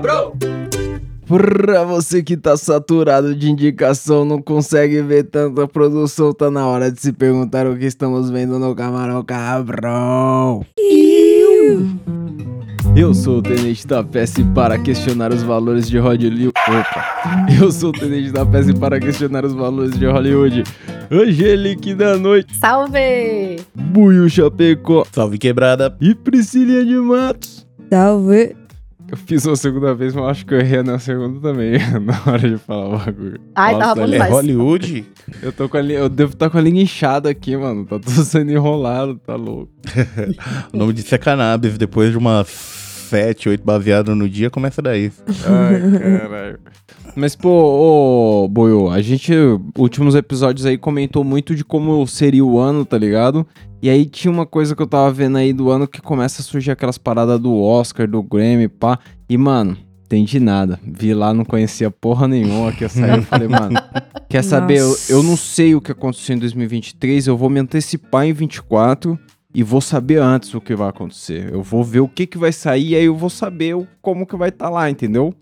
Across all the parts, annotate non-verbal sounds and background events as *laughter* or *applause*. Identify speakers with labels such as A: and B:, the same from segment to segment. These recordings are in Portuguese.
A: bro!
B: Pra você que tá saturado de indicação, não consegue ver tanta produção, tá na hora de se perguntar o que estamos vendo no Camarão Cabrão. Eu sou o Tenente da PES e para questionar os valores de Hollywood. Opa! Eu sou o Tenente da PES e para questionar os valores de Hollywood. Angelique da Noite,
C: Salve!
B: Buiu Chapecó
D: Salve quebrada.
B: e Priscilinha de Matos.
E: Salve.
B: Eu fiz uma segunda vez, mas eu acho que eu errei na segunda também, *laughs* na hora de falar o bagulho.
C: Ai,
B: Nossa,
C: tava bom
B: ele
D: É
C: demais.
D: Hollywood?
B: Eu tô com a linha, eu devo estar com a linha inchada aqui, mano. Tá tudo sendo enrolado, tá louco.
D: o nome disso é cannabis. Depois de umas 7, 8 baseado no dia, começa daí.
B: Ai, caralho. Mas, pô, ô, Boyo, a gente, últimos episódios aí, comentou muito de como seria o ano, tá ligado? E aí tinha uma coisa que eu tava vendo aí do ano que começa a surgir aquelas paradas do Oscar, do Grammy, pá. E, mano, entendi nada. Vi lá, não conhecia porra nenhuma que eu saí e falei, mano, quer saber? Eu,
E: Nossa.
B: eu não sei o que aconteceu em 2023, eu vou me antecipar em 24 e vou saber antes o que vai acontecer. Eu vou ver o que que vai sair e aí eu vou saber o- como que vai estar lá, entendeu?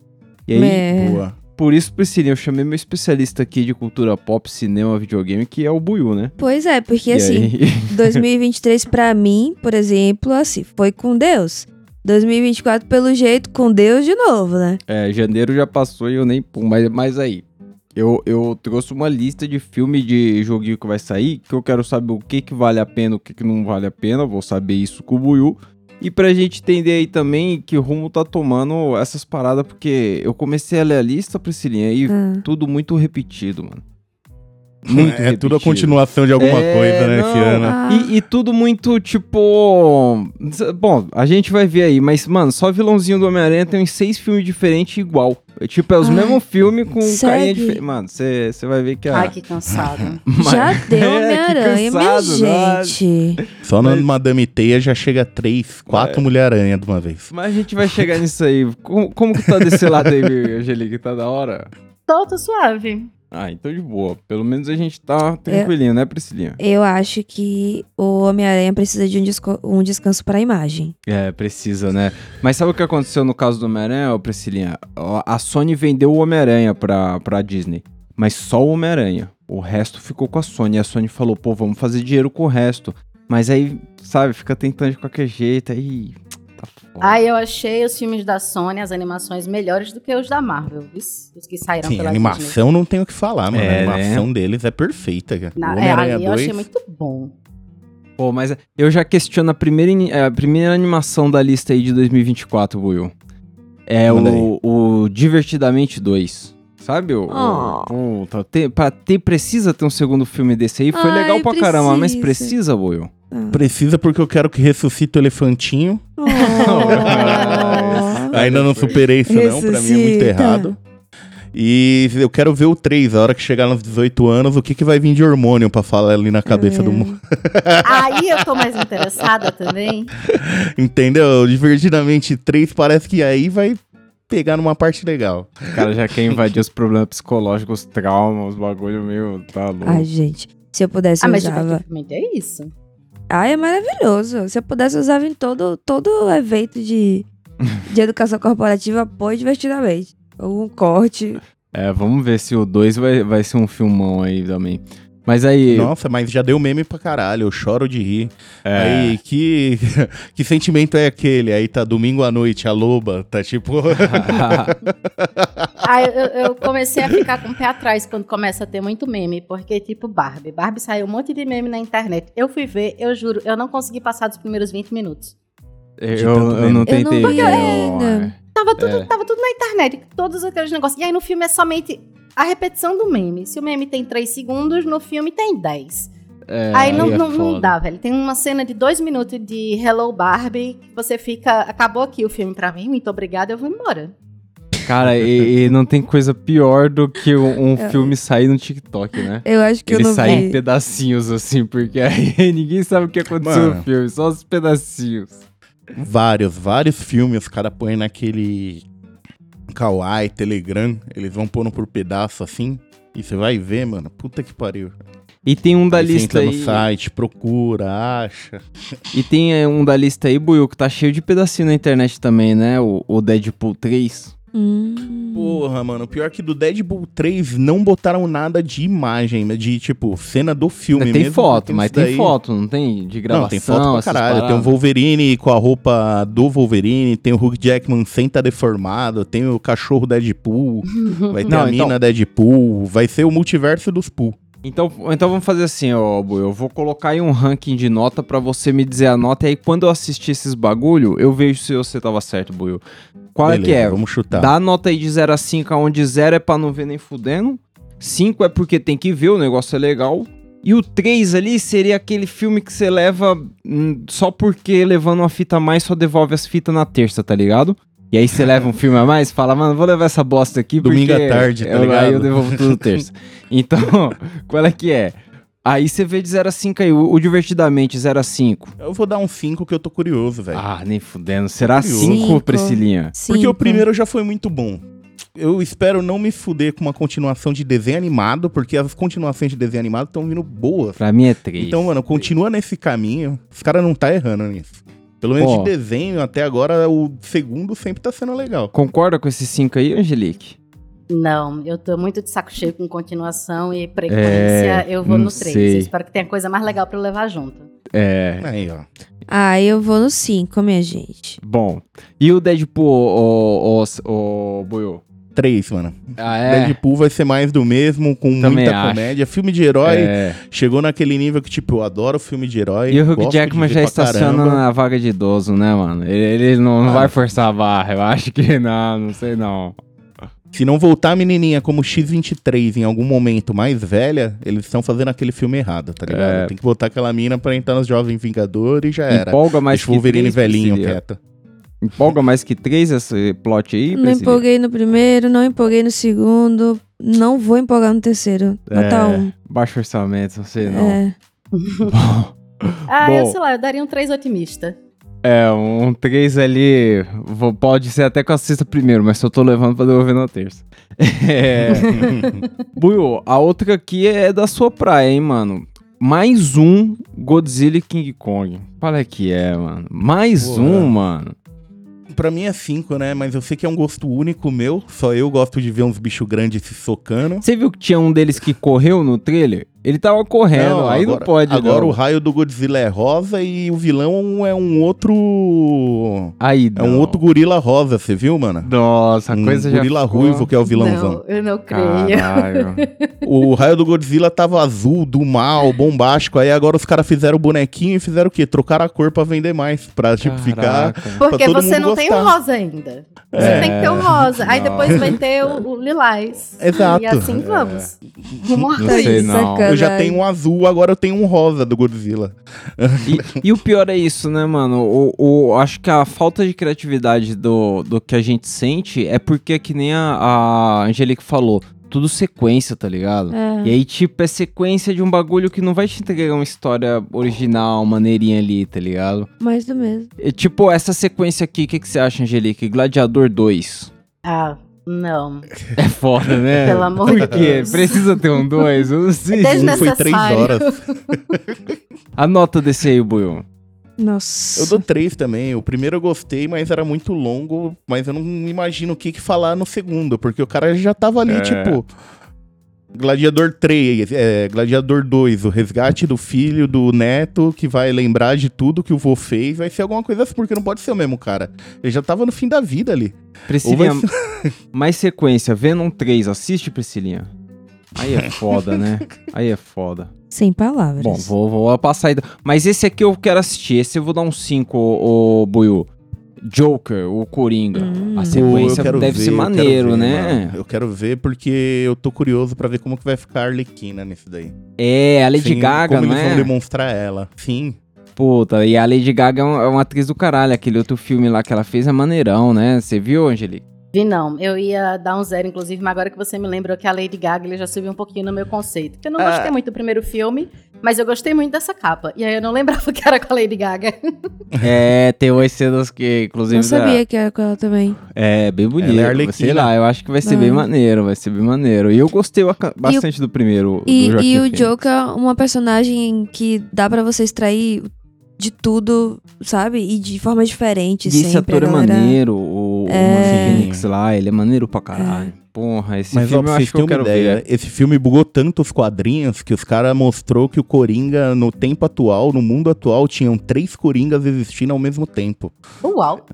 B: E aí,
E: É.
C: *laughs*
D: Boa.
B: por isso, Priscilinha, eu chamei meu especialista aqui de cultura pop, cinema, videogame, que é o Buiu, né?
E: Pois é, porque assim,
B: aí... *laughs*
E: 2023 pra mim, por exemplo, assim, foi com Deus. 2024 pelo jeito com Deus de novo, né?
B: É, janeiro já passou e eu nem. Pum, mas, mas aí. Eu, eu trouxe uma lista de filme de joguinho que vai sair, que eu quero saber o que que vale a pena, o que que não vale a pena, eu vou saber isso com o Buiu. E pra gente entender aí também que rumo tá tomando essas paradas, porque eu comecei a ler a lista, Priscilinha, e
E: Ah.
B: tudo muito repetido,
D: *laughs*
B: mano. Muito
D: é tudo a
B: repetido.
D: continuação de alguma
B: É,
D: coisa, né,
B: não.
D: esse ano.
E: Ah.
B: E, e tudo muito, tipo. Bom, a gente vai ver aí, mas, mano, só vilãozinho do Homem-Aranha tem uns seis filmes diferentes igual. É, tipo, é os
C: Ah,
E: Ai,
B: mesmos filmes com carinha
E: segue.
B: diferente. Mano, você vai ver que a.
C: Ai, que *laughs* cansado.
E: Já deu
B: *laughs* É, que
E: Homem-Aranha, minha
B: cansado, né?
E: gente.
D: Só na Madame Teia já chega três,
B: É.
D: quatro Mulher-Aranha de uma vez.
B: Mas a gente vai chegar nisso aí. Como, como que tá desse lado aí, Angelique? Tá da hora?
C: Tô, tô suave.
B: Ah, então de boa. Pelo menos a gente
C: É.
B: tá tranquilinho, né, Priscilinha?
E: Eu acho que o Homem-Aranha precisa de um, desco- um descanso pra imagem.
B: É, precisa, né? Mas sabe o que aconteceu no caso do Homem-Aranha, ô, Priscilinha? Ó, A Sony vendeu o Homem-Aranha pra, pra Disney, mas só o Homem-Aranha. O resto ficou com a Sony. E a Sony falou, pô, vamos fazer dinheiro com o resto. Mas aí, sabe, fica tentando de qualquer jeito, aí. Tá foda.
C: Ai, eu achei os filmes da Sony, as animações, melhores do que os da Marvel, viu? Os que saíram
D: Sim,
C: pela
D: a
C: Disney.
D: animação não tem o que falar, mano.
B: É,
D: a animação deles é perfeita, cara.
C: Na,
D: O
C: é,
D: Homem-Aranha
C: ali eu
D: 2.
C: achei muito bom.
B: Pô, mas eu já questiono a primeira, in- eh, a primeira animação da lista aí de 2024, Will. É
D: Manda
B: o, o Divertidamente 2. Sabe? O,
E: Oh.
B: o- puta, tem- pra ter, precisa ter um segundo filme desse aí. Foi
E: Ai,
B: legal pra caramba, mas
E: precisa.
B: precisa, Will.
D: Precisa porque eu quero que ressuscite o elefantinho.
E: Oh.
B: Ah,
D: Ainda não superei isso, não. Pra mim é muito
E: Ressuscita.
D: errado. E eu quero ver o 3, a hora que chegar nos 18 anos, o que, que vai vir de hormônio pra falar ali na cabeça do mundo. *laughs*
C: Aí eu tô mais interessada também.
D: Entendeu? Divertidamente 3 parece que aí vai pegar numa parte legal.
B: O cara já quer invadir os problemas psicológicos, os traumas, os bagulho meio. Tá louco.
E: *laughs* Ai, gente. Se eu pudesse,
C: Ah,
E: eu
C: mas
E: usava.
C: divertidamente é isso.
E: Ai, é maravilhoso. Se eu pudesse, eu usava em todo, todo evento
B: *laughs*
E: de, de educação corporativa, apoio divertidamente. Ou um corte.
B: É, vamos ver se o 2 vai, vai ser um filmão aí também. Mas aí.
D: Nossa, mas já deu meme pra caralho, eu choro de rir.
B: é,
D: Aí, que, *laughs* que sentimento é aquele? Aí tá domingo à noite, a loba, tá tipo. *laughs*
C: Ah, eu, eu- eu comecei a ficar com o pé atrás quando começa a ter muito meme, porque, tipo, Barbie. Barbie saiu um monte de meme na internet. Eu fui ver, eu juro, eu não consegui passar dos primeiros 20 minutos.
B: *laughs* eu,
D: de tanto
B: eu
D: meme.
B: não
E: Eu não
B: tentei.
E: vi
B: eu-
E: ainda.
C: Tava
B: É.
C: tudo, tava tudo na internet, todos aqueles negócios. E aí no filme é somente a repetição do meme. Se o meme tem 3 segundos, no filme tem 10.
B: é,
C: aí não,
B: é
C: não, não
B: foda.
C: dá, velho. Tem uma cena de dois minutos de Hello Barbie, que você fica. Acabou aqui o filme pra mim, muito obrigada, eu vou embora.
B: Cara, e, e não tem coisa pior do que um, um filme sair no TikTok, né?
E: Eu acho É. que
B: Ele
E: eu não
B: sai em
E: vi.
B: pedacinhos, assim, porque aí *laughs* ninguém sabe o que aconteceu no
D: Mano.
B: filme, só os pedacinhos.
D: vários, vários filmes os caras põem naquele Kawaii, Telegram, eles vão pondo por pedaço assim. E você vai ver, mano. Puta que pariu.
B: E tem um da
D: Aí você
B: lista
D: entra no
B: aí.
D: site, procura, acha.
B: E tem é, um da lista aí, Buiu, que tá cheio de pedacinho na internet também, né? O, o Deadpool 3.
E: Hum.
D: Porra, mano. Pior é que do Deadpool 3 não botaram nada de imagem, né? de tipo, cena do filme
B: Mas
D: mesmo.
B: tem foto,
D: porque
B: mas
D: isso
B: tem
D: daí-
B: foto, não tem de gravação.
D: Não, tem foto pra
B: essas
D: caralho. um Tem o
B: paradas.
D: Wolverine com a roupa do Wolverine, tem o Hugh Jackman sem tá deformado, tem o cachorro
B: *laughs*
D: Deadpool, vai ter
B: Não,
D: a mina
B: então-
D: Deadpool, vai ser o multiverso dos Pool.
B: Então, então vamos fazer assim, ó, Bu, eu vou colocar aí um ranking de nota pra você me dizer a nota, e aí quando eu assistir esses bagulho, eu vejo se você tava certo, Buio. Qual é que
D: Beleza,
B: é?
D: Vamos chutar.
B: Dá a nota aí de 0 a 5, onde 0 é pra não ver nem fudendo, 5 é porque tem que ver, o negócio é legal, e o 3 ali seria aquele filme que você leva hum, só porque levando uma fita a mais só devolve as fitas na terça, tá ligado? E aí você
D: *laughs*
B: leva um filme a mais, fala, mano, vou levar essa bosta aqui
D: Domingo
B: porque
D: à tarde, tá
B: eu, Aí eu
D: ligado?
B: devolvo tudo
D: *laughs*
B: terça. Então, *laughs* qual é que é? Aí você vê de 0 a 5 aí, o, o Divertidamente 0 a 5.
D: Eu vou dar um 5 que eu tô curioso, velho.
B: Ah, nem fudendo. Será
D: Tá Curioso.
B: 5,
E: Cinco.
B: Priscilinha?
D: Porque
E: Cinco.
D: o primeiro já foi muito bom. Eu espero não me fuder com uma continuação de desenho animado, porque as continuações de desenho animado estão vindo boas.
B: Pra mim é 3.
D: Então, mano, continua nesse caminho. Os caras não tá errando nisso. Pelo menos
B: Ó.
D: de desenho, até agora, o segundo sempre tá sendo legal.
B: Concorda com esses 5 aí, Angelique?
C: Não, eu tô muito de saco cheio com continuação e frequência. eu vou
B: É, não
C: no 3.
B: sei.
C: Espero que tenha coisa mais legal pra eu levar junto.
B: É.
D: Aí, ó.
E: Ah, eu vou no 5, minha gente.
B: Bom. E o Deadpool, o, o, Boiô?
D: Três, mano.
B: Ah, é?
D: Deadpool vai ser mais do mesmo, com
B: Também
D: muita
B: acho.
D: comédia. Filme de herói
B: É.
D: chegou naquele nível que, tipo, eu adoro filme de herói.
B: E o Hugh
D: gosto de
B: Jackman
D: ver
B: já
D: pra
B: estaciona
D: caramba.
B: na vaga de idoso, né, mano? Ele, ele não, não
D: Ah.
B: vai forçar a barra, eu acho que *laughs* não, não sei não.
D: Se não voltar a menininha como X23 em algum momento mais velha, eles estão fazendo aquele filme errado, tá ligado?
B: É.
D: Tem que botar aquela mina pra entrar nos Jovens Vingadores e já era.
B: Empolga mais
D: Deixa o Wolverine
B: três,
D: velhinho
B: Priscilia?
D: quieto.
B: Empolga mais que três esse plot aí,
E: Não
B: Priscilia?
E: empolguei no primeiro, não empolguei no segundo, não vou empolgar no terceiro. Nota 1.
B: Baixo orçamento, não sei É, não.
E: É.
C: Ah, eu
B: Bom.
C: sei lá, eu daria um 3 otimista.
B: É, um 3 ali. vou- pode ser até que eu assista primeiro, mas só tô levando pra devolver na terça. É. Buiu, a outra aqui é da sua praia, hein, mano. Mais um Godzilla e King Kong. Qual é que é, mano? Mais
D: Porra.
B: um, mano.
D: Pra mim é cinco, né? Mas eu sei que é um gosto único meu. Só eu gosto de ver uns bichos grandes se socando.
B: Você viu que tinha um deles que correu no trailer? Ele tava correndo,
D: Não,
B: aí É, não
D: agora-
B: pode.
D: Agora
B: não.
D: o raio do Godzilla é rosa e o vilão é um outro.
B: Aí
D: É um
B: não.
D: outro gorila rosa, você viu, mano?
B: Nossa, a
D: um
B: coisa já.
D: gorila
B: ficou-
D: ruivo que é o vilãozão.
C: Não, eu não
B: Ah,
C: creio.
B: Caralho.
D: O raio do Godzilla tava azul, do mal, bombástico. Aí agora os caras fizeram o bonequinho e fizeram o quê? Trocaram a cor pra vender mais. Pra, *laughs* tipo, ficar.
B: Caraca.
C: Porque
D: todo
C: você
D: mundo
C: não tem o
D: gostar.
C: rosa ainda. Você
D: É.
C: tem que ter o rosa. Aí
B: Não.
C: depois vai ter o, o lilás.
D: Exato.
C: E assim vamos. Rumo ao
E: tá
B: Não
C: três.
B: sei, não.
D: Eu já
E: Caralho.
D: tenho um azul, agora eu tenho um rosa do Godzilla.
B: E, e o pior é isso, né, mano? O, o- acho que a falta de criatividade do, do que a gente sente é porque, é que nem a, a Angelique falou, tudo sequência, tá ligado? E
E: É.
B: aí, tipo, é sequência de um bagulho que não vai te entregar uma história original, maneirinha ali, tá ligado?
E: Mais do mesmo.
B: E, tipo, essa sequência aqui, o que, que você acha, Angelique? Gladiador 2.
C: Ah, não.
B: É foda, né?
C: *laughs* Pelo amor de
B: Por quê?
C: Deus.
B: Precisa ter um 2? Eu não sei.
D: Um foi três
C: Desnecessário.
D: horas.
B: A nota desse aí, Buiu.
E: Nossa.
D: Eu dou três também. O primeiro eu gostei, mas era muito longo. Mas eu não imagino o que, que falar no segundo, porque o cara já tava ali,
B: É.
D: tipo. Gladiador 3, é, Gladiador 2, o resgate do filho, do neto, que vai lembrar de tudo que o vô fez. Vai ser alguma coisa assim, porque não pode ser o mesmo cara. Ele já tava no fim da vida ali. Ou vai
B: Priscilinha, mais sequência. Venom 3, assiste, Priscilinha. Aí é foda, né? Aí é foda.
E: Sem palavras.
B: Bom, vou, vou passar aí. Mas esse aqui eu quero assistir. Esse eu vou dar um 5, ô, ô, Buiu. Joker, o Coringa.
E: Hum.
B: A
D: Pô,
B: sequência deve ser
D: eu quero
B: maneiro,
D: ver,
B: né?
D: mano. Eu quero ver porque eu tô curioso pra ver como que vai ficar a Arlequina nisso daí.
B: É, a Lady
D: Sim,
B: Gaga,
D: como
B: não
D: eles vão
B: é?
D: demonstrar ela. Sim.
B: Puta, e a Lady Gaga é um- é uma atriz do caralho. Aquele outro filme lá que ela fez é maneirão, né? Você viu,
D: *laughs*
B: Angelique?
C: Vi não, eu ia dar um zero, inclusive, mas agora que você me lembrou que a Lady Gaga ele já subiu um pouquinho no meu conceito. Porque eu não
B: Ah.
C: gostei muito do primeiro filme, mas eu gostei muito dessa capa. E aí eu não lembrava *laughs* que era com a Lady Gaga.
B: é, tem umas cenas que, inclusive...
E: Não
B: da-
E: sabia que era com ela também.
B: É, bem bonito.
D: Ela é Arlequina.
B: sei lá, eu acho que vai ser bem
E: Vai.
B: maneiro, vai ser bem maneiro. E eu gostei baca- bastante do primeiro.
E: E,
B: do Joaquin
E: e o
B: Phoenix.
E: Joker é uma personagem que dá pra você extrair de tudo, sabe? E de forma diferente
B: E esse
E: sempre.
B: ator é
E: a galera-
B: maneiro, o, o
E: É.
B: Phoenix lá, ele é maneiro pra caralho. Porra, esse
D: Mas ó,
B: filme
D: pra
B: eu acho
D: vocês
B: que
D: terem
B: eu
D: uma
B: quero
D: ideia,
B: ver.
D: esse filme bugou tanto os quadrinhos que os caras mostrou que o Coringa, no tempo atual, no mundo atual, tinham três Coringas existindo ao mesmo tempo.
C: Uau.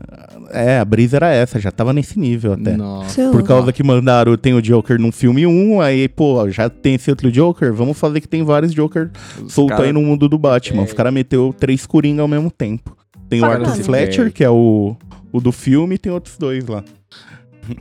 D: É, a brisa era essa, já tava nesse nível até.
B: Nossa.
E: Sei
D: Por
E: lá.
D: causa que mandaram, tem o Joker num filme 1, aí, pô, já tem esse outro Joker, vamos fazer que tem vários Joker
B: os
D: solto
B: cara-
D: aí no mundo do Batman. Os caras meteu três Coringa ao mesmo tempo. Tem o
C: Bacana.
D: Arthur Fletcher,
B: Ok.
D: que é o, o do filme, e tem outros dois lá.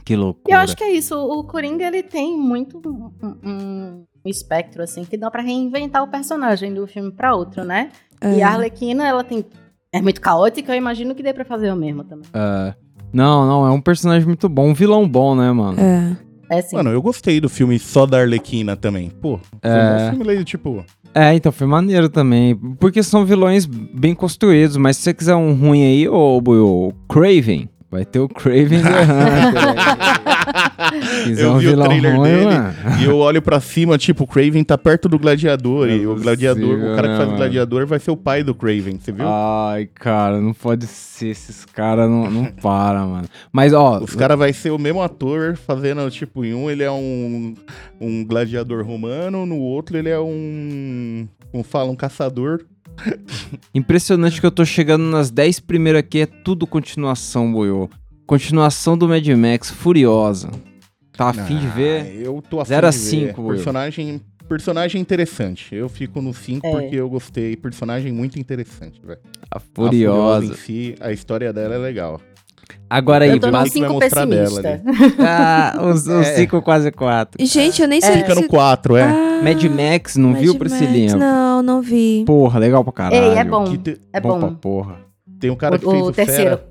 B: Que
C: E eu
B: loucura.
C: acho que é isso. O Coringa, ele tem muito um, um- um espectro, assim, que dá pra reinventar o personagem do filme pra outro, né?
E: É.
C: E a Arlequina, ela tem... É muito caótica, eu imagino que dê pra fazer o mesmo também.
B: É. Não, não, é um personagem muito bom, um vilão bom, né, mano?
E: É.
C: É assim.
D: Mano, eu gostei do filme só da Arlequina também. Pô, foi um bom filme, ele, tipo...
B: É, então foi maneiro também. Porque são vilões bem construídos, mas se você quiser um ruim aí, ô Buiu, o Craven. Vai ter o Craven do
D: *laughs*
B: Hunter. Se quiser
D: Eu
B: um
D: vi o
B: vilão
D: trailer
B: ruim,
D: dele.
B: mano.
D: E eu olho pra cima, tipo, o Craven tá perto do Gladiador.
B: Não é
D: e o Gladiador,
B: possível,
D: o cara
B: né,
D: que faz o
B: mano? Ah,
D: Gladiador vai ser o pai do Craven, você viu?
B: Ai, cara, não pode ser. Esses caras não, não param, mano. Mas, ó,
D: Os caras vai ser o mesmo ator fazendo, tipo, em um ele é um, um gladiador romano, no outro ele é um. Como fala, um caçador.
B: impressionante que eu tô chegando nas 10 primeiras aqui. É tudo continuação, Buiu. Continuação do Mad Max, Furiosa. Tá afim de ver?
D: Ah, Eu tô afim
B: Zero a
D: de ver.
B: cinco, Will.
D: Personagem, personagem interessante. Eu fico no 5
C: É.
D: porque eu gostei. Personagem muito interessante, velho.
B: A
D: A Furiosa em
B: Furiosa.
D: si, a história dela é legal.
B: Agora aí,
C: tá
D: peraí,
C: eu tô
D: vai
C: no
D: que vai
C: cinco
D: mostrar dela
C: pessimista.
B: *laughs* Ah, uns
D: É.
B: 5, quase 4.
E: E, Gente, eu nem sei
D: Fica no 4, é.
E: Ah,
B: Mad Max, não
E: Mad
B: viu,
E: Max.
B: Priscilinha?
E: Não, não vi.
B: Porra, legal pra caralho.
C: Ei, é
E: Ah,
C: bom,
D: Que te-
C: é bom.
B: pra porra.
D: tem um cara que
C: o
D: fez o,
C: o terceiro.
D: Fera.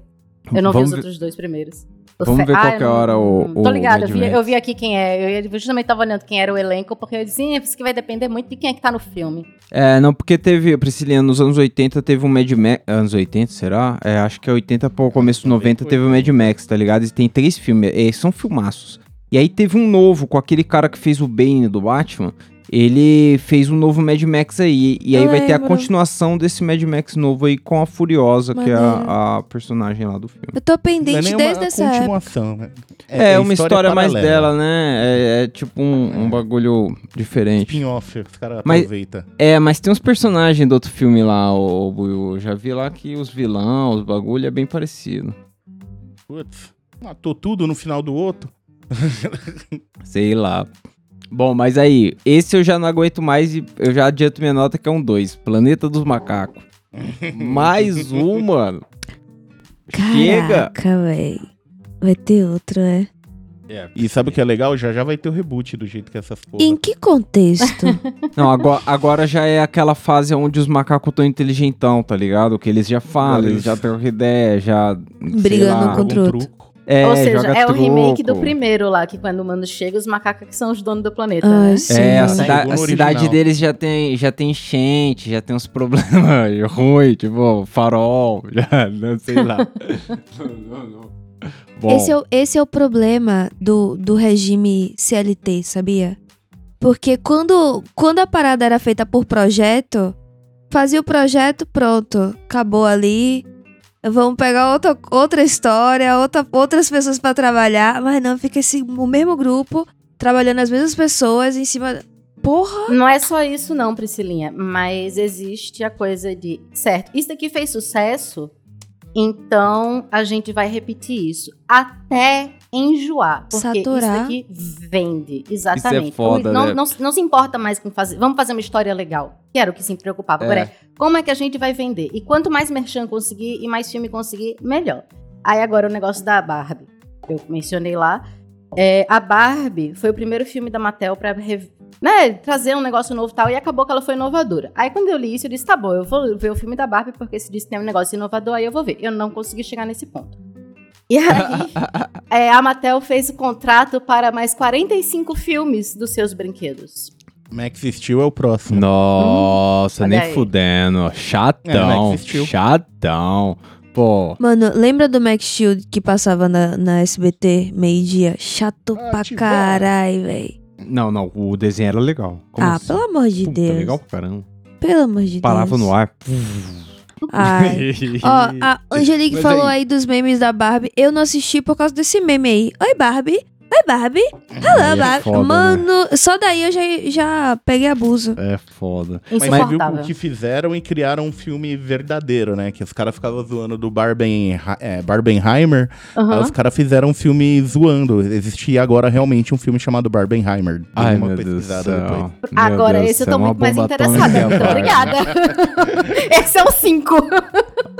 C: Eu não vi
B: Vamos
C: os
B: ver-
C: outros dois primeiros. O
B: Vamos
C: Fe-
B: ver qual
C: eu
B: que é a
C: não-
B: hora o-
C: não-
B: o
C: Tô ligado, eu
B: Mad
C: vi,
B: Max.
C: eu vi aqui quem é. Eu justamente tava olhando quem era o elenco, porque eu disse, "Ih, isso que vai depender muito de quem é que tá no filme.
B: É, não, porque teve, Priscilinha, nos anos 80 teve um Mad Max. Anos 80, será? É, acho que é 80 pro começo dos 90 teve o Mad Max, tá ligado? E tem três filmes, é, são filmaços. E aí teve um novo, com aquele cara que fez o Bane do Batman. Ele fez um novo Mad Max aí. E aí
E: Eu
B: vai ter a
E: lembro.
B: continuação desse Mad Max novo aí com a Furiosa, que é a-
E: Maneiro.
B: a personagem lá do filme.
E: Eu tô
D: Não é
E: pendente
D: nem
E: desde
D: uma
E: essa época.
D: continuação, né?
B: É, uma história, mais
D: paralela.
B: dela, né? É, é tipo um, um bagulho diferente.
D: Um Spin-off, os caras
B: Mas-
D: aproveitam.
B: É, mas tem uns personagens do outro filme lá, o, Buiu. Já vi lá que os vilão, os bagulho é bem parecido.
D: Putz, matou tudo no final do outro.
B: Sei lá. Bom, mas aí, esse eu já não aguento mais e eu já adianto minha nota que é um 2. Planeta dos *laughs* Macacos. mais um, mano. Chega!
E: Caraca, véi. Vai ter outro, é.
D: E sabe o que é legal? Já já vai ter o reboot do jeito que essas porra.
E: Em que contexto?
B: Não, agora, agora já é aquela fase onde os macacos estão inteligentão, tá ligado? Que eles já falam, eles já trocam ideia, já.
E: Brigando
B: sei lá,
E: com- contra outro.
D: Ah, truco.
B: É,
C: Ou seja,
B: joga
C: é o remake do
B: truco.
C: primeiro lá, que quando o mano chega, os macacos que são os donos do planeta.
E: Ai,
C: né?
E: sim.
B: É, a,
D: Sim.
B: cida-
D: Chegou
B: a
D: no
B: cidade
D: original.
B: deles já tem, já tem enchente, já tem uns *laughs* problemas ruins, tipo, farol, *laughs* já, não sei lá. não, não, não. *laughs* Bom,
E: Esse é, o, esse é o problema do, do regime CLT, sabia? Porque quando, quando a parada era feita por projeto, fazia o projeto, pronto, acabou ali. Vamos pegar outra, outra história, outra, outras pessoas pra trabalhar, mas não, fica esse, o mesmo grupo trabalhando as mesmas pessoas em cima. Porra!
C: *gasps* Não é só isso, não, Priscilinha, mas existe a coisa de. Certo, isso daqui fez sucesso, então a gente vai repetir isso até enjoar. Porque
E: Saturar.
C: isso daqui vende. Exatamente.
B: é
C: Então,
B: foda,
C: não,
B: né?
C: não, não se importa mais com fazer. Vamos fazer uma história legal. Que era o que se preocupava.
B: É.
C: Agora é, como é que a gente vai vender? E quanto mais merchan conseguir e mais filme conseguir, melhor. Aí agora o negócio da Barbie. Eu mencionei lá. É, a Barbie foi o primeiro filme da Mattel pra re- né, trazer um negócio novo e tal, e acabou que ela foi inovadora. Aí quando eu li isso, eu disse, tá bom, eu vou ver o filme da Barbie, porque se diz que tem um negócio inovador, aí eu vou ver. Eu não consegui chegar nesse ponto. E aí, é, a Mattel fez o contrato para mais 45 filmes dos seus brinquedos.
D: Max Steel é o próximo.
B: Nossa,
C: Olha
B: nem
C: aí.
B: fudendo.
D: É,
B: Chatão,
D: Max Steel.
B: chatão. Pô,
E: Mano, lembra do Max Shield que passava na, na SBT meio-dia? Chato
D: Ah,
E: pra
D: te
E: caralho, véi.
B: não, não, o desenho era legal. Como
E: Ah,
B: assim?
E: pelo amor de
B: Puta,
E: Deus.
B: legal pra caramba.
E: Pelo amor de
B: Parava
E: Deus.
B: no ar. *laughs*
E: Ai. Ó, ah, a Angelique
B: Mas
E: falou
B: aí-
E: aí dos memes da Barbie. Eu não assisti por causa desse meme aí. Oi, Barbie. Oi, Barbie. Hello,
B: é
E: Barbie.
B: foda, né?
E: Mano, só daí eu já, já peguei abuso.
B: É foda.
D: Mas viu
C: Insuportável.
D: o que fizeram e criaram um filme verdadeiro, né? Que os caras ficavam zoando do Barben, é, Barbenheimer.
C: Aham.
D: Aí os caras fizeram um filme zoando. Existia agora realmente um filme chamado Barbenheimer. Dei
B: Ai,
D: uma
B: meu Deus do
D: pesquisada depois.
B: céu.
C: Agora,
B: Meu Deus
C: esse eu
B: do
C: tô
B: céu, é uma
C: muito mais
B: bomba atômica,
C: interessada. *laughs*
E: então,
C: Muito
B: cara.
C: obrigada.
B: *laughs*
C: esse é o 5.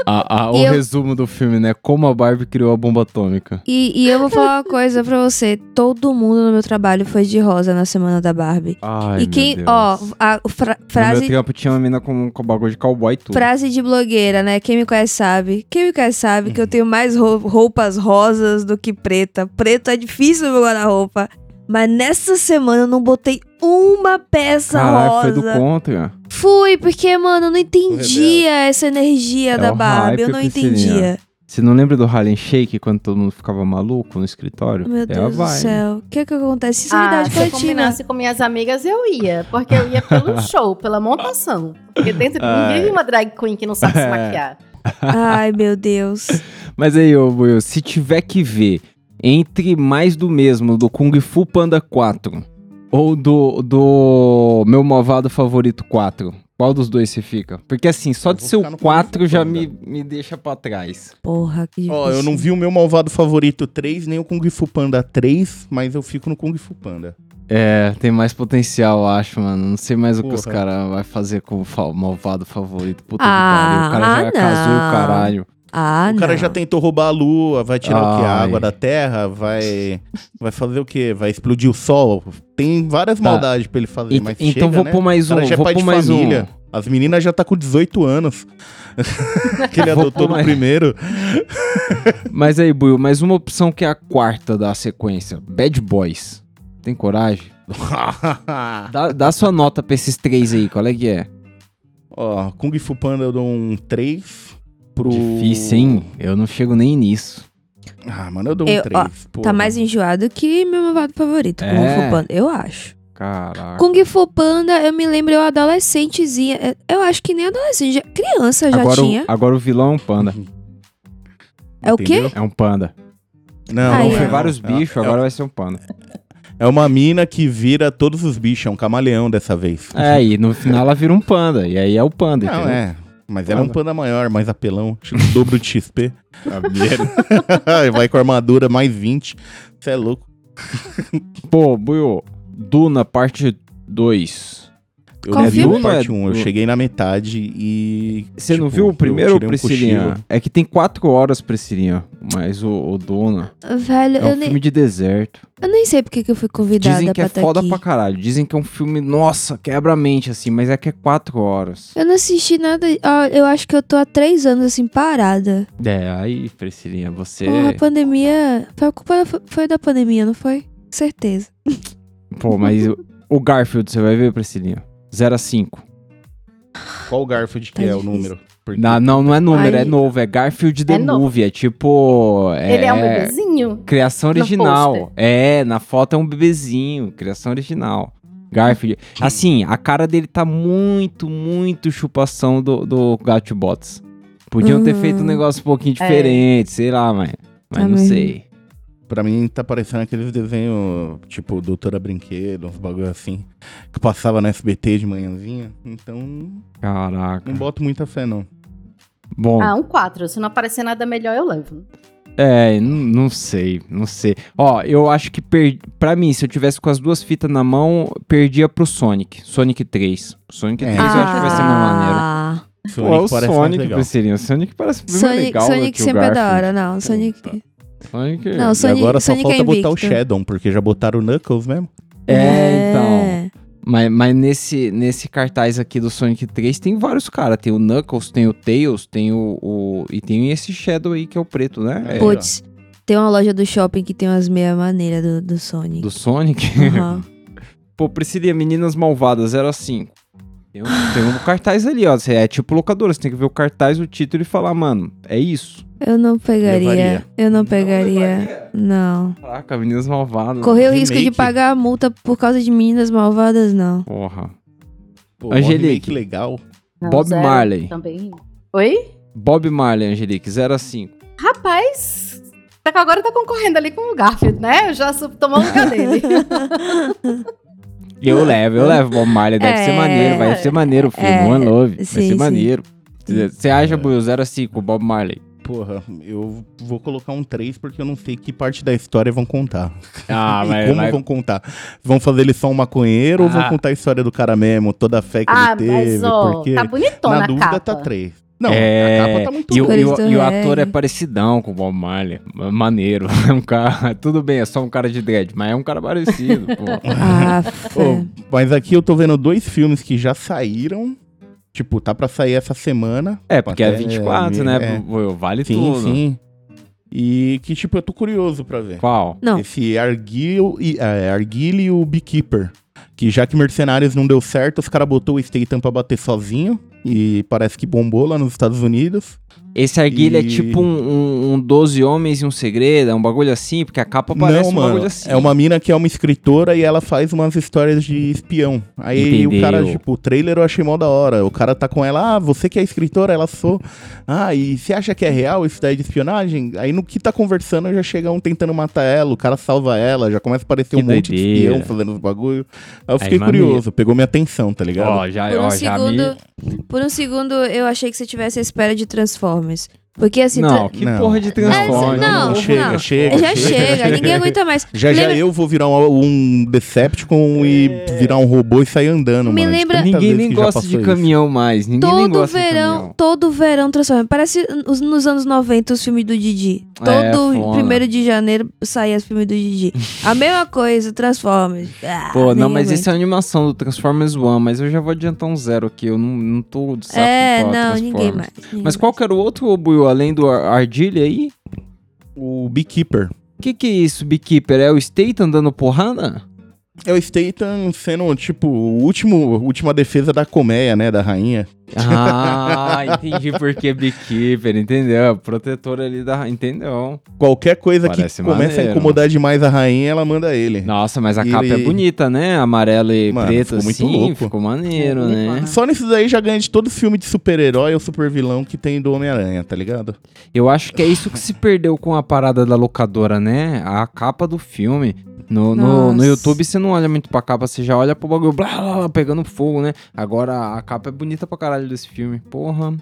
B: A- a- o
E: E eu-
B: resumo do filme, né? Como a Barbie criou a bomba atômica.
E: E, e eu vou
B: *laughs*
E: falar uma coisa pra você. Todo mundo no meu trabalho foi de rosa na semana da Barbie.
B: Ai,
E: e quem,
B: meu Deus.
E: ó, a fra-
B: No meu
E: frase,
B: tempo tinha uma mina com, com bagulho de cowboy e tudo.
E: frase de blogueira, né? Quem me conhece sabe. Quem me conhece sabe
B: Uhum.
E: que eu tenho mais rou- roupas rosas do que preta. Preto é difícil no meu guarda-roupa. Mas nessa semana eu não botei uma peça
B: Caralho,
E: rosa.
B: foi do contra.
E: Fui, porque, mano, eu não entendia essa energia
B: É
E: da
B: o
E: Barbie.
B: hype,
E: Eu não
B: Priscilinha.
E: entendia.
B: Você não lembra do Harlem Shake quando todo mundo ficava maluco no escritório? É
E: Meu
B: Ela
E: Deus do
B: vai.
E: céu. O que é que acontece? Isso é
C: Ah,
E: idade
B: né?
C: se eu
E: coletiva.
C: combinasse com minhas amigas, eu ia. Porque eu ia
B: *laughs*
C: pelo show, pela montação. Porque dentro de mim
B: Ai.
C: vive uma drag queen que não sabe se
B: É.
C: maquiar.
E: Ai, meu Deus.
B: Mas aí, ô Will, se tiver que ver entre mais do mesmo do Kung Fu Panda 4 ou do, do meu malvado favorito 4, qual dos dois você fica? Porque assim, só
D: Eu
B: de
D: vou
B: ser
D: ficar
B: o
D: no Kung Fu
B: 4 já
D: Panda.
B: me, me deixa pra trás.
E: Porra, que difícil.
D: Ó, eu não vi o meu malvado favorito 3, nem o Kung Fu Panda 3, mas eu fico no Kung Fu Panda.
B: É, tem mais potencial, eu acho, mano. Não sei mais o que os
D: Porra.
B: caras vão fazer com o fa- malvado favorito. Puta
E: Ah,
B: que pariu. O cara já
E: ah,
B: casou
E: não.
B: o caralho.
E: Ah,
D: o cara
E: não.
B: tá
D: já tentou roubar a lua, vai tirar o que? A
B: Ai.
D: água da terra, vai. Vai fazer o quê? Vai explodir o sol. Tem várias
B: Tá.
D: maldades pra ele fazer,
B: E-
D: mas
B: então
D: chega,
B: vou
D: né?
B: pôr
D: O
B: mais um,
D: cara já é
B: vou
D: pai
B: pôr
D: de
B: mais
D: família.
B: um.
D: As meninas já tá com 18
B: *laughs*
D: anos. que ele
B: Vou pôr
D: adotou no
B: mais- *laughs*
D: primeiro. *laughs*
B: Mas aí, Buio, mais uma opção que é a quarta da sequência. Bad Boys. Tem coragem? Dá, dá sua nota pra esses três aí, qual é que é?
D: Ó, Kung Fu Panda eu dou um 3. Pro...
B: Difícil, hein? Eu não chego nem nisso.
D: Ah, mano, eu dou um
E: Eu-
D: 3.
E: ó, Tá mais enjoado que meu malvado favorito, Kung
B: É.
E: Fu Panda. Eu acho.
B: Caraca.
E: Kung Fu Panda, eu me lembro eu adolescentezinha. É, Eu acho que nem adolescente, já- criança eu já
B: agora,
E: tinha.
B: O, agora o vilão é um panda.
E: É o quê?
B: É um panda.
D: Não,
E: Aí,
D: não
E: ó.
B: foi
D: é.
B: vários
D: É-
B: bichos,
D: é-
B: agora vai ser um panda.
D: É uma mina que vira todos os bichos, é um camaleão dessa vez.
B: É, e no final ela vira um panda. E aí é o panda,
D: Não,
B: entendeu?
D: é. Mas ela é um panda maior, mais apelão. Tipo, o dobro de *laughs* XP. Merda. Vai com armadura mais 20. Você é louco.
B: *laughs* Pô, Buio, Duna, parte 2.
D: Eu
E: Qual
D: não vi a
B: filme?
D: parte 1, eu
B: É Do-
D: cheguei na metade e.
B: Você não
D: tipo,
B: viu o
D: eu
B: primeiro,
D: tirei um
B: Priscilinha?
D: cochilo.
B: é que tem quatro horas, Priscilinha. Mas o, o Duna
E: Velho,
B: é um
E: eu, nem,
B: filme de deserto.
E: eu nem sei porque que eu fui convidada
B: Dizem que
E: pra
B: é
E: estar
B: foda
E: aqui.
B: pra caralho. Dizem que é um filme, nossa, quebra a mente, assim, mas é que é quatro horas.
E: Eu não assisti nada. ó, eu acho que eu tô há três anos assim, parada.
B: É, aí, Priscilinha, você. é-
E: Porra, a pandemia. Foi a culpa foi- foi da pandemia, não foi? Certeza.
B: Pô, mas o- o Garfield, você vai ver, Priscilinha? 0 a 5.
D: Qual o Garfield
E: Tá
D: que é o
E: difícil.
D: número? Porque-
B: Não, não, não é número,
E: Ai.
B: é novo. É Garfield The
C: É novo.
B: Movie. É tipo. É,
C: Ele é um bebezinho.
B: Criação
C: No
B: original.
C: pôster.
B: É, na foto é um bebezinho. Criação original. Garfield. Assim, a cara dele tá muito, muito chupação do, do Gatbots. Podiam ter
E: Uhum.
B: feito um negócio um pouquinho
C: É.
B: diferente, sei lá, mas, mas
E: Tá
B: não
E: mesmo.
B: sei.
D: Pra mim tá parecendo aqueles desenhos, tipo, Doutora Brinquedo, uns bagulho assim, que passava na SBT de manhãzinha. Então,
B: Caraca.
D: não boto muita fé, não.
B: Bom,
C: Ah, um 4. Se não aparecer nada melhor, eu levo.
B: é, n- não sei, não sei. Ó, eu acho que per... pra mim, se eu tivesse com as duas fitas na mão, perdia pro Sonic. Sonic 3. Sonic
D: É.
B: 3 eu acho que vai ser mais
E: Ah.
C: Ah.
B: maneiro. Pô, é o
D: parece mais
B: Sonic,
D: legal.
B: Priscilinha. Sonic parece bem mais
E: Sonic,
B: é legal do
E: Sonic
B: que o
E: sempre é da
B: Garfield.
E: hora, não. Sonic.
B: Sonic...
E: Não,
D: E
E: Sonic,
D: agora só
E: Sonic é
D: falta botar o
E: invicto.
D: Shadow, porque já botaram o Knuckles mesmo.
B: É, então. Mas, mas nesse, nesse cartaz aqui do Sonic 3 tem vários caras. Tem o Knuckles, tem o Tails, tem o, o- E tem esse Shadow aí que é o preto, né?
D: É. Pô,
E: Putz, tem uma loja do shopping que tem umas meias maneiras do, do Sonic.
B: Do Sonic.
E: Aham.
B: *laughs* Pô, Priscilia, Meninas Malvadas, 0 a 5. Tem um, tem um cartaz ali, ó. Você é tipo locadora, você tem que ver o cartaz, o título e falar, mano, é isso.
E: *laughs* Eu não pegaria.
D: Levaria.
E: Eu não pegaria. Não.
B: Caraca, Meninas Malvadas.
E: Correr o
D: Remake.
E: risco de pagar a multa por causa de meninas
B: *laughs*
E: malvadas, não.
B: Porra.
D: Pô,
B: Angelique.
D: que legal.
C: Não,
B: Bob
C: zero então.
B: Marley.
C: Também. Oi?
B: Bob Marley, Angelique, 0 a 5.
C: Rapaz, tá, agora tá concorrendo ali com o Garfield, né? Já su- tomou o lugar dele.
D: *laughs*
B: Eu levo, eu levo Bob Marley, deve
E: É.
B: ser maneiro, vai ser maneiro o filme,
E: É.
B: One Love, vai
E: Sim,
B: ser
E: sim. Hum.
B: maneiro. Você acha, Buiu, 0 a 5, assim Bob Marley?
D: Porra, eu vou colocar um 3 porque eu não sei que parte da história vão contar.
B: Ah, *laughs*
D: e
B: mas
D: como
B: vai-
D: vão contar? Vão fazer ele só um maconheiro ou vão
B: Ah.
D: contar a história do cara mesmo, toda a fé que
C: ah,
D: ele teve?
C: mas ó,
D: porque
C: tá bonitona
D: na
C: a
D: dúvida
C: capa.
D: tá 3. Não,
B: É,
D: a capa tá muito
B: E, o,
D: boa.
B: e o-
E: Cores do
B: e o
E: reggae.
B: ator é parecidão com o Bob Marley. ma- Maneiro. *laughs* É um cara. Tudo bem, é só um cara de dread, mas é um cara parecido,
D: *laughs*
B: pô.
E: Ah,
D: Ô, mas aqui eu tô vendo dois filmes que já saíram. Tipo, tá pra sair essa semana.
B: É, porque é
D: Até-
B: 24,
D: é,
B: né?
D: é.
B: pô, Vale
D: Sim,
B: tudo.
D: sim. E que, tipo, eu tô curioso pra ver.
B: Qual?
E: Não.
D: Esse Arguil e, é, Arguile e o Beekeeper. Que já que Mercenários não deu certo, os caras botou o Statham pra bater sozinho. E parece que bombou lá nos Estados Unidos.
B: Esse arguilha é
D: E-
B: tipo um, um, um 12 homens e um segredo, é um bagulho assim, porque a capa parece
D: não,
B: um
D: mano.
B: bagulho assim.
D: É uma mina que é uma escritora e ela faz umas histórias de espião. Aí
B: Entendeu.
D: o cara, tipo, o trailer eu achei mó da hora. O cara tá com ela, ah, você que é escritora, ela sou. Ah, e você acha que é real isso daí de espionagem? Aí no que tá conversando já chega um tentando matar ela, o cara salva ela, já começa a
B: Que
D: aparecer um monte de
B: doideira.
D: espião fazendo os bagulho. Aí eu fiquei
B: maneiro.
D: curioso, pegou minha atenção, tá ligado?
B: Ó, já,
E: Por um,
B: ó, já me-
E: segundo, por um segundo, eu achei que você tivesse a espera de Transformers. Porque assim.
B: Não, *laughs* É,
E: tra-
B: que
D: Não.
B: porra de
E: Não,
B: transforme.
E: não, não.
D: chega, chega,
E: Já chega, ninguém
B: *laughs*
E: aguenta mais.
D: Já já
E: Lembra-
D: eu vou virar um, um Decepticon e virar um robô e sair andando,
E: Me
D: mano. de
E: lembra-
B: É.
D: tantas
B: Ninguém
D: vezes
B: nem
D: que já
B: gosta
D: passou
B: de
D: isso.
B: caminhão mais. Ninguém nem
E: Todo
B: gosta de
E: verão,
B: caminhão.
E: todo verão transforma. Parece os- nos anos 90 os filmes do Didi.
B: É,
E: Todo
B: foda.
E: primeiro de janeiro saía os filmes do Didi. A mesma coisa, Transformers. Ah,
B: Pô, não,
E: ninguém
B: mas
E: aguenta.
B: isso é a animação do Transformers One, mas eu já vou adiantar um zero aqui, eu não, não tô de saco
E: É,
B: pra
E: não,
B: Transformers.
E: ninguém mais. ninguém
B: Mas qual que era o outro, ô, Buiu, além do Ar- Ardilha aí?
D: O Beekeeper.
B: O que que é isso, Beekeeper? É o State andando porrada?
D: É o Statham sendo, tipo, o último, última defesa da colmeia, né? Da rainha.
B: Ah, *laughs* entendi por que Beekeeper, entendeu? É Protetor ali da... entendeu?
D: Qualquer coisa
B: Parece
D: que começa
B: maneiro. né?
D: a incomodar demais a rainha, ela manda ele.
B: Nossa, mas a
D: E
B: capa é
D: ele-
B: bonita, né? Amarelo e
D: Mano,
B: preto
D: ficou muito
B: assim,
D: louco.
B: ficou maneiro, né?
D: Só nisso daí já ganha de todo filme de super-herói ou super-vilão que tem do Homem-Aranha, tá ligado?
B: Eu acho que é isso que se perdeu com a parada da locadora, né? A capa do filme. No, no, no
E: Nossa.
B: YouTube você não olha muito pra capa, você já olha pro bagulho blá, blá, blá, pegando fogo, né? Agora a capa é bonita pra caralho desse filme. Porra.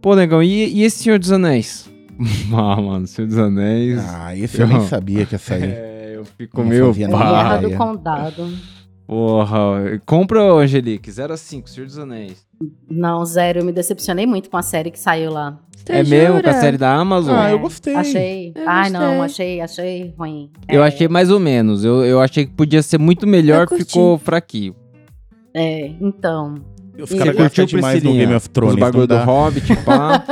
B: Pô, negão, e, e esse Senhor dos Anéis? *laughs* ah, mano, Senhor dos Anéis.
D: Ah, esse eu nem sabia que ia sair.
B: É, eu fico
D: Eu não
B: meio.
D: sabia
C: É
D: não.
B: pá.
C: Guerra
D: Bahia.
C: do Condado.
B: Porra. Compra, ô, Angelique. 0 a 5, Senhor dos Anéis.
C: Não, zero, eu me decepcionei muito com a série que saiu lá.
E: mais. Tu
B: É mesmo? Com a
E: jura?
B: série da Amazon?
D: Ah, eu
C: É,
D: gostei.
C: Achei.
E: Eu
C: Ai, não,
E: gostei.
C: achei, achei ruim.
B: Eu
C: É,
B: achei mais ou menos. Eu, eu achei que podia ser muito melhor,
E: Eu curti.
B: ficou fraquinho.
C: É,
B: *laughs*
C: então.
D: Os
C: Você
D: caras
B: É. curtiu,
D: gostam demais do
B: Priscilinha?
D: Game of
B: Os
D: Thrones.
B: bagulho
D: não
B: do
D: dá.
B: Hobbit, *laughs* pá.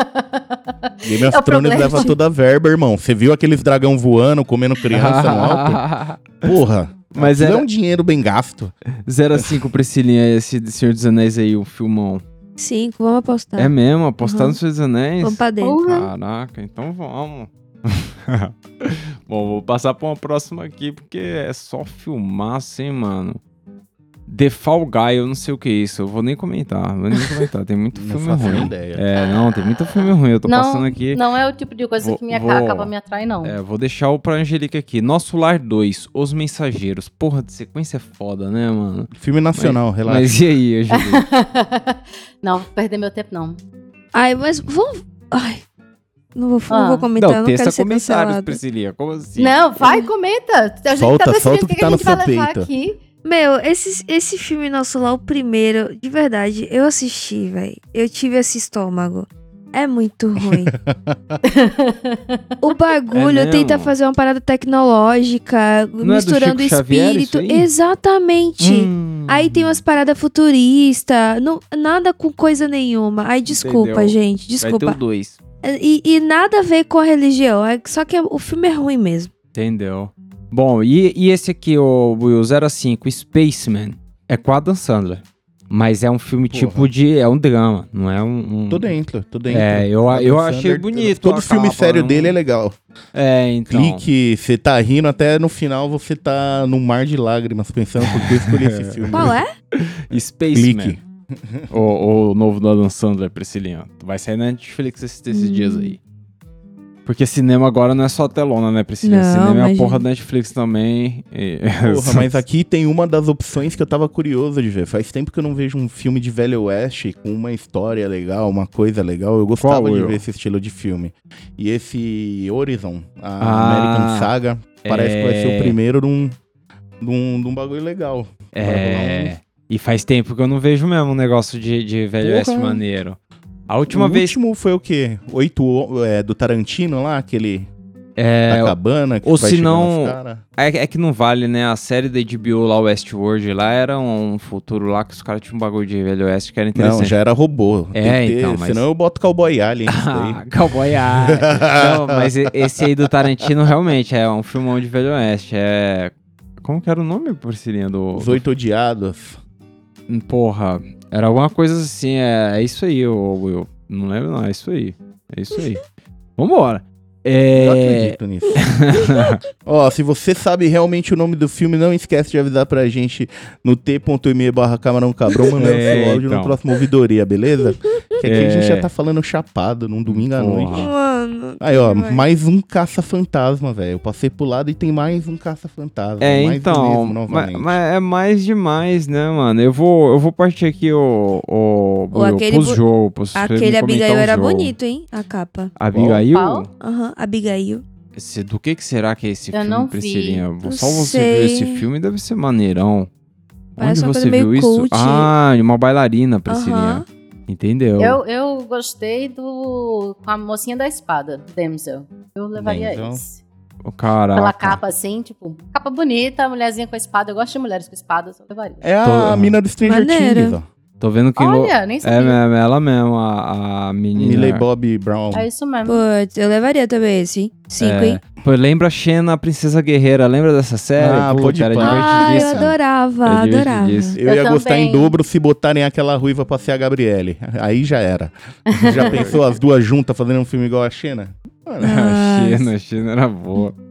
D: Game
C: É
D: of
C: o
D: Thrones
C: problema
D: leva
C: de-
D: toda a verba, irmão. Você viu aqueles dragão voando, comendo criança
B: *laughs*
D: no alto? Porra.
B: Mas
D: aquilo
B: era-
D: é um dinheiro bem gasto.
B: 0 a 5, Priscilinha, esse de Senhor dos Anéis aí, o filmão.
E: Cinco, vamos apostar.
B: É mesmo? Apostar
E: Uhum.
B: no Senhor dos Anéis?
E: Vamos pra dentro.
C: Porra.
B: Caraca, então vamos. *laughs* Bom, vou passar pra uma próxima aqui, porque é só filmar, hein, mano. The Fall Guy, eu não sei o que é isso. Eu vou nem comentar, vou nem comentar. Tem muito
D: *laughs* Não
B: filme
D: faço nem
B: ruim.
D: ideia.
B: É, não, tem muito filme ruim. Eu tô
C: Não,
B: passando aqui.
C: Não é o tipo de coisa
B: Vou-
C: que me
B: vou-
C: acaba me atrai, não.
B: É, vou deixar o pra Angelica aqui. Nosso Lar 2, Os Mensageiros. Porra, de sequência é foda, né, mano?
D: Filme nacional, relaxa.
B: Mas e
D: *laughs*
B: aí, Angelica?
C: *laughs* não, vou perder meu tempo, não.
E: Ai, mas vamos. Ai. Não vou, não
C: Ah.
E: vou comentar,
B: não,
E: Então, não, quero
B: texta
E: ser
B: comentários,
E: cancelada.
B: Priscilia. Como assim?
C: Não, vai, comenta. A gente
D: Solta,
C: tá decidindo
D: solta
C: o
D: o
C: que,
D: que
C: que
D: tá
C: a
D: no
C: gente vai
D: seu
C: levar
D: peito.
C: aqui.
E: Meu, esse, esse filme Nosso Lá, o primeiro, de verdade, eu assisti, velho. Eu tive esse estômago. É muito ruim. o bagulho
B: É mesmo?
E: tenta fazer uma parada tecnológica,
B: é do
E: misturando
B: Chico Xavier
E: espírito.
B: isso aí?
E: Exatamente.
B: Hum.
E: Aí tem umas paradas futuristas, nada com coisa nenhuma. Ai, desculpa,
B: Entendeu.
E: gente,
B: Vai
E: desculpa.
B: ter um- o 2.
E: E, e nada a ver com a religião, é- só que o filme é ruim mesmo.
B: Entendeu? Bom, e, e esse aqui, o Will 05, Spaceman, é com a Adam Sandler. Mas é um filme
D: Porra.
B: tipo de. É um drama, não é um. um-
D: Tô dentro, tô dentro.
B: É, eu-
D: Uhum. Adam
B: eu achei bonito
D: Todo
B: a
D: filme
B: capa,
D: sério
B: não-
D: dele é legal.
B: É, né? então.
D: Clique, você tá rindo, até no final
B: *laughs*
D: você tá num mar de lágrimas pensando por que eu escolhi esse filme.
E: Qual é?
B: Spaceman.
D: Clique.
B: o, o novo do Adam Sandler, Priscilinha. Vai sair na Netflix esses, esses
E: Hum.
B: dias aí. Porque cinema agora não é só telona, né, Priscilinha?
E: Não,
B: cinema é a
E: imagina.
B: porra da Netflix também. E-
D: Porra,
B: *laughs*
D: mas aqui tem uma das opções que eu tava curioso de ver. Faz tempo que eu não vejo um filme de Velho Oeste com uma história legal, uma coisa legal. Eu gostava
B: Qual,
D: de
B: Will?
D: ver esse estilo de filme. E esse Horizon, a
B: Ah,
D: American Saga, parece que vai ser
B: é.
D: o primeiro de um, de um, de um bagulho legal. Vai rolar um
B: É. E faz tempo que eu não vejo mesmo um negócio de, de velho
D: Porra.
B: oeste maneiro. A última
E: Uhum.
D: o
B: vez.
D: último foi o quê? Oito o- é, do Tarantino lá, aquele
B: É,
D: da cabana que
B: ou
D: vai
B: se
D: chegando
B: não-
D: os cara.
B: é, é que não vale, né? A série da HBO lá, Westworld, lá era um futuro lá que os caras tinham um bagulho de velho oeste que era
D: Não,
B: interessante.
D: já era robô. Tem
B: É,
D: que ter-
B: então, mas-
D: Senão eu boto Cowboy Alien. nisso daí.
B: *laughs* Ah, Cowboy Eye. Não, mas e- esse aí do Tarantino realmente é um filmão de velho oeste. É. Como que era o nome, Priscilinha? Do...
D: Os Oito Odiados.
B: Porra, era alguma coisa assim. É, é isso aí, ô Will. Não lembro, não. É isso aí. É isso aí. Vambora.
D: Eu
B: É. *laughs*
D: acredito nisso. Ó, se você sabe realmente o nome do filme, não esquece de avisar pra gente no t.me barra camarão cabrão, mandando
B: *laughs* É,
D: seu áudio
B: então.
D: na próxima ouvidoria, beleza? Que aqui a
B: É.
D: gente já tá falando chapado num domingo à
B: Porra.
D: noite.
E: Mano.
D: Aí, ó,
E: Demais.
D: mais um caça-fantasma, velho. Eu passei pro lado e tem mais um caça-fantasma.
B: É,
D: mais do
B: então,
D: mesmo,
B: ma-
D: novamente.
B: mas é mais demais, né, mano? Eu vou, eu vou partir aqui o, o,
E: Ou aquele
B: pros
E: bu-
B: jogo, pros pra me
E: Aquele
B: comentar
E: Abigail
B: um
E: era
B: jogo.
E: bonito, hein? A capa.
B: Abigail?
C: Qual?
E: Aham, Abigail.
B: Esse- do que que será que é esse
C: Eu
B: filme,
C: não vi.
B: Priscilinha?
E: Não
B: Só você viu
E: sei.
B: esse filme, deve ser maneirão.
E: Parece uma
B: Onde
E: coisa
B: você
E: meio
B: viu isso?
E: cult.
B: Ah, de uma bailarina, Priscilinha.
E: Aham.
B: Entendeu?
C: Eu, eu gostei do. com a mocinha da espada, Damsel. Eu levaria
D: Damsel.
C: esse.
B: O cara.
C: Pela capa assim, tipo, capa bonita, mulherzinha com a espada. Eu gosto de mulheres com espada, só levaria.
D: É a
B: Tô-
D: mina do Stranger
E: Maneiro.
D: Things, ó.
B: Tô vendo que... lo-
C: Olha, nem
B: É
C: sabia.
B: mesmo, ela mesmo, a, a menina.
D: Millie Bobby Brown.
C: É, isso mesmo.
E: Putz, eu levaria também esse, hein? Cinco,
B: É.
E: hein?
B: Pô, lembra a Xena, a Princesa Guerreira, lembra dessa série?
D: Ah,
B: Pô,
D: pode
B: era
D: pá.
E: Ah, eu
B: divertidíssimo.
E: adorava,
B: Era
E: adorava.
B: divertidíssimo. *laughs*
D: Eu,
C: Eu
D: ia gostar em
C: também.
D: dobro se botarem aquela ruiva pra ser a Gabriele. Aí já
B: *laughs*
D: era. Já pensou as duas juntas fazendo um filme igual a Xena? Mano,
B: A
E: Nossa.
B: China, a China era boa. *laughs*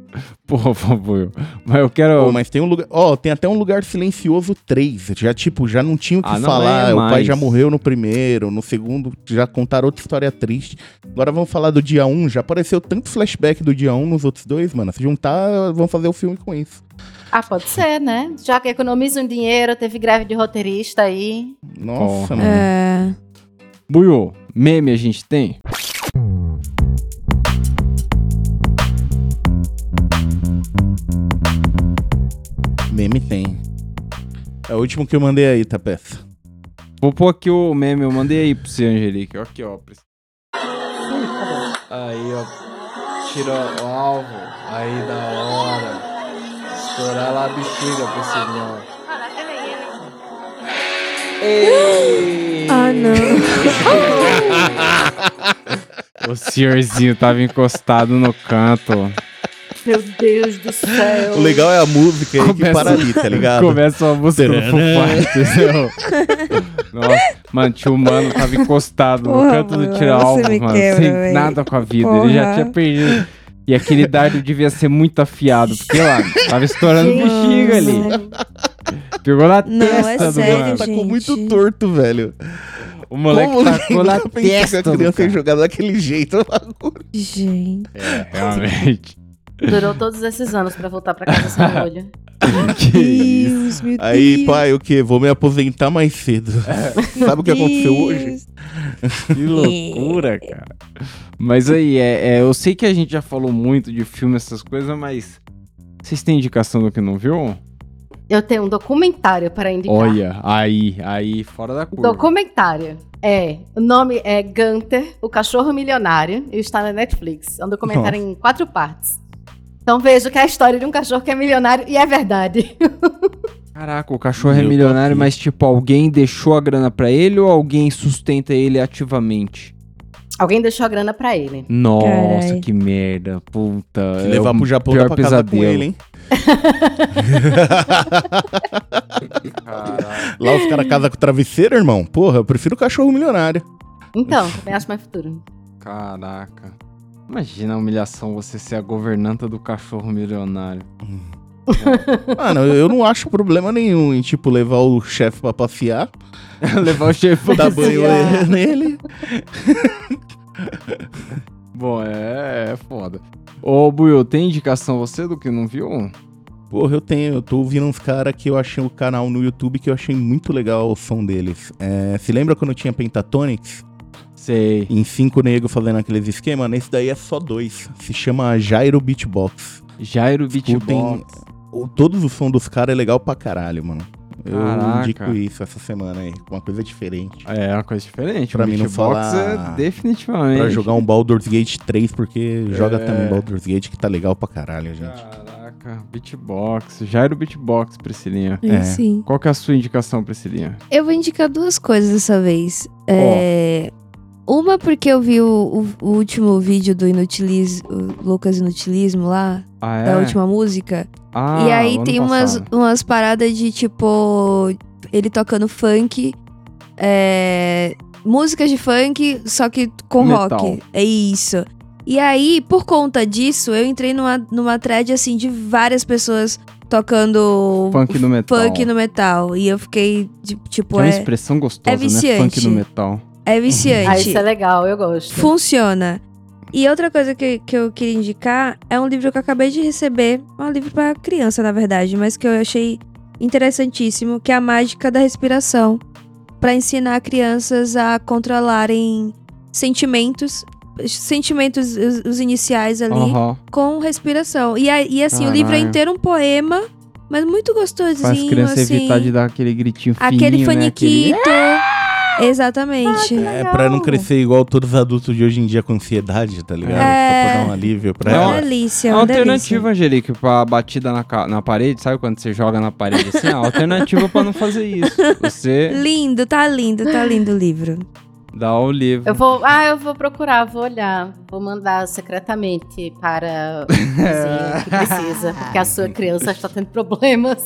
B: Por favor. Mas eu quero.
D: pô, mas tem um lugar. Ó, tem até um lugar silencioso 3. Já, tipo, já não tinha o que
B: Ah, não
D: falar.
B: é
D: o pai
B: mais.
D: já morreu no primeiro, no segundo, já contaram outra história triste. Agora vamos falar do dia 1. Já apareceu tanto flashback do dia 1 nos outros dois, mano. Se juntar, vão fazer o filme com isso.
C: Ah, pode ser, né? Já que economiza um dinheiro, teve greve de roteirista aí.
D: Nossa,
B: Porra.
D: mano.
E: É.
B: Buiu, meme a gente tem?
D: Meme tem. É o último que eu mandei aí, tá, peça.
B: Vou pôr aqui o meme, eu mandei aí pra você, Angelique. ó Aqui, ó. Pris- Aí, ó. Tira o alvo. Aí, da hora. Estourar lá a bexiga pra esse irmão.
E: Ah, não.
B: *laughs* O senhorzinho tava encostado no canto.
C: Meu Deus do céu.
D: O legal é a música aí que
B: Começa-
D: para ali, tá ligado?
B: Começa uma música do Foo Fighters, entendeu? Nossa, mano, tio Mano tava encostado no
E: Porra,
B: canto
E: mano,
B: do tirar
E: você
B: alvo,
E: me
B: mano.
E: quebra,
B: sem
E: véi.
B: nada com a vida. Ele já
E: Porra.
B: tinha perdido. E aquele dardo devia ser muito afiado, porque lá, tava estourando Tá bexiga ali. Pegou na
E: Não, é
B: testa do
E: sério,
B: mano.
D: Tá com
E: Gente.
D: muito torto, velho.
B: O moleque
D: *laughs* Como
B: tacou
D: nunca
B: na
D: pensei
B: testa
D: que a
B: do
D: criança ia
B: cara.
D: jogar daquele jeito?
E: Gente.
B: É, realmente.
C: Durou todos esses anos pra voltar pra casa
B: *laughs*
C: sem olho.
B: *laughs* Que isso.
E: Deus, meu
D: Aí,
E: Deus.
D: pai, o quê? Vou me aposentar mais cedo. Sabe o que aconteceu hoje?
E: Deus.
B: É. Que É. loucura, cara. Mas aí, é, é, eu sei que a gente já falou muito de filme, essas coisas, mas. Vocês têm indicação do que não viu?
C: Eu tenho um documentário para indicar.
B: Olha, aí, aí, fora da curva.
C: Documentário. Então, É, o nome é Gunter, o cachorro milionário, e está na Netflix. É um documentário em quatro partes. Então vejo que é a história de um cachorro que é milionário e é verdade. *laughs*
B: Caraca, o cachorro é
D: Eu tô
B: milionário,
D: aqui.
B: mas tipo, alguém deixou a grana pra ele ou alguém sustenta ele ativamente?
C: Alguém deixou a grana pra ele.
B: Nossa,
E: Carai.
B: que merda, puta.
D: Se levar
B: é o
D: pro Japão dá
B: pior
D: pra
B: pesadelo.
D: casar com ele, hein?
B: Caralho.
D: Lá os caras casam com travesseiro, irmão. Porra, eu prefiro o cachorro milionário.
C: Então, também acho mais futuro.
B: Caraca. Imagina a humilhação você ser a governanta do cachorro milionário.
D: Hum. Mano, eu não acho problema nenhum em, tipo, levar o chefe pra passear.
B: *laughs* Levar o chefe
D: *laughs* Dá banho
C: Policial.
D: nele.
B: Bom, é, é foda. Ô, Buio, tem indicação você do que não viu?
D: Porra, eu tenho, eu tô ouvindo uns caras que eu achei o canal no YouTube que eu achei muito legal o som deles. É, se lembra quando tinha Pentatonix?
B: Sei.
D: Em cinco negros fazendo aqueles esquemas? Nesse daí é só dois. Se chama Jairo Beatbox.
B: Jairo Beatbox.
D: O- Todos os sons dos caras é legal pra caralho, mano. Eu
B: Caraca.
D: indico isso essa semana aí. Uma coisa diferente.
B: É uma coisa diferente.
D: Pra
B: o
D: mim não
B: beatbox
D: falar-
B: é definitivamente.
D: Pra jogar um Baldur's Gate 3, porque joga
B: É.
D: também Baldur's Gate, que tá legal pra caralho, gente.
B: Caraca, beatbox. Jairo Beatbox, Priscilinha.
E: É,
D: É.
E: Sim.
B: Qual que é a sua indicação, Priscilinha?
E: Eu vou indicar duas coisas dessa vez. É, Uma porque eu vi o, o- o último vídeo do Inutiliz... o Lucas Inutilismo lá,
B: Ah, é?
E: da última música.
B: Ah,
E: e aí
B: o
E: tem
B: ano
E: umas,
B: passado.
E: umas paradas de tipo. Ele tocando funk. é, músicas de funk, só que com
B: Metal.
E: rock. É isso. E aí, por conta disso, eu entrei numa, numa thread assim de várias pessoas tocando
B: Funk no metal.
E: funk no metal. E eu fiquei, de- tipo,
B: Que é uma
E: é,
B: expressão gostosa,
E: é
B: né? Funk
E: viciante.
B: no metal.
E: é viciante.
C: Ah, isso é legal, eu gosto.
E: Funciona. E outra coisa que, que eu queria indicar é um livro que eu acabei de receber. Um livro pra criança, na verdade, mas que eu achei interessantíssimo, que é a mágica da respiração. Pra ensinar crianças a controlarem sentimentos. Sentimentos, os, os iniciais ali,
B: Aham.
E: com respiração. E, aí- e assim, o
B: Caralho.
E: livro é inteiro um poema, mas muito gostosinho.
B: Faz criança
E: assim,
B: evitar de dar aquele gritinho
E: Aquele
B: fininho, né? Aquele-
E: faniquito. Exatamente.
D: É, pra não crescer igual todos os adultos de hoje em dia com ansiedade, tá ligado?
E: É.
D: Só pra dar um alívio pra
E: É
B: Não,
E: uma
D: ela.
E: delícia,
B: É
E: é
B: uma
E: uma
B: alternativa, Angelique, pra batida na, ca- na parede, sabe quando você joga na parede assim? É uma alternativa pra não fazer isso. Você
E: delícia. Lindo, tá lindo, tá lindo o livro.
B: dá o livro.
C: Eu vou, ah, eu vou procurar, vou olhar, vou mandar secretamente para assim, o vizinho que precisa, porque a sua criança está tendo problemas.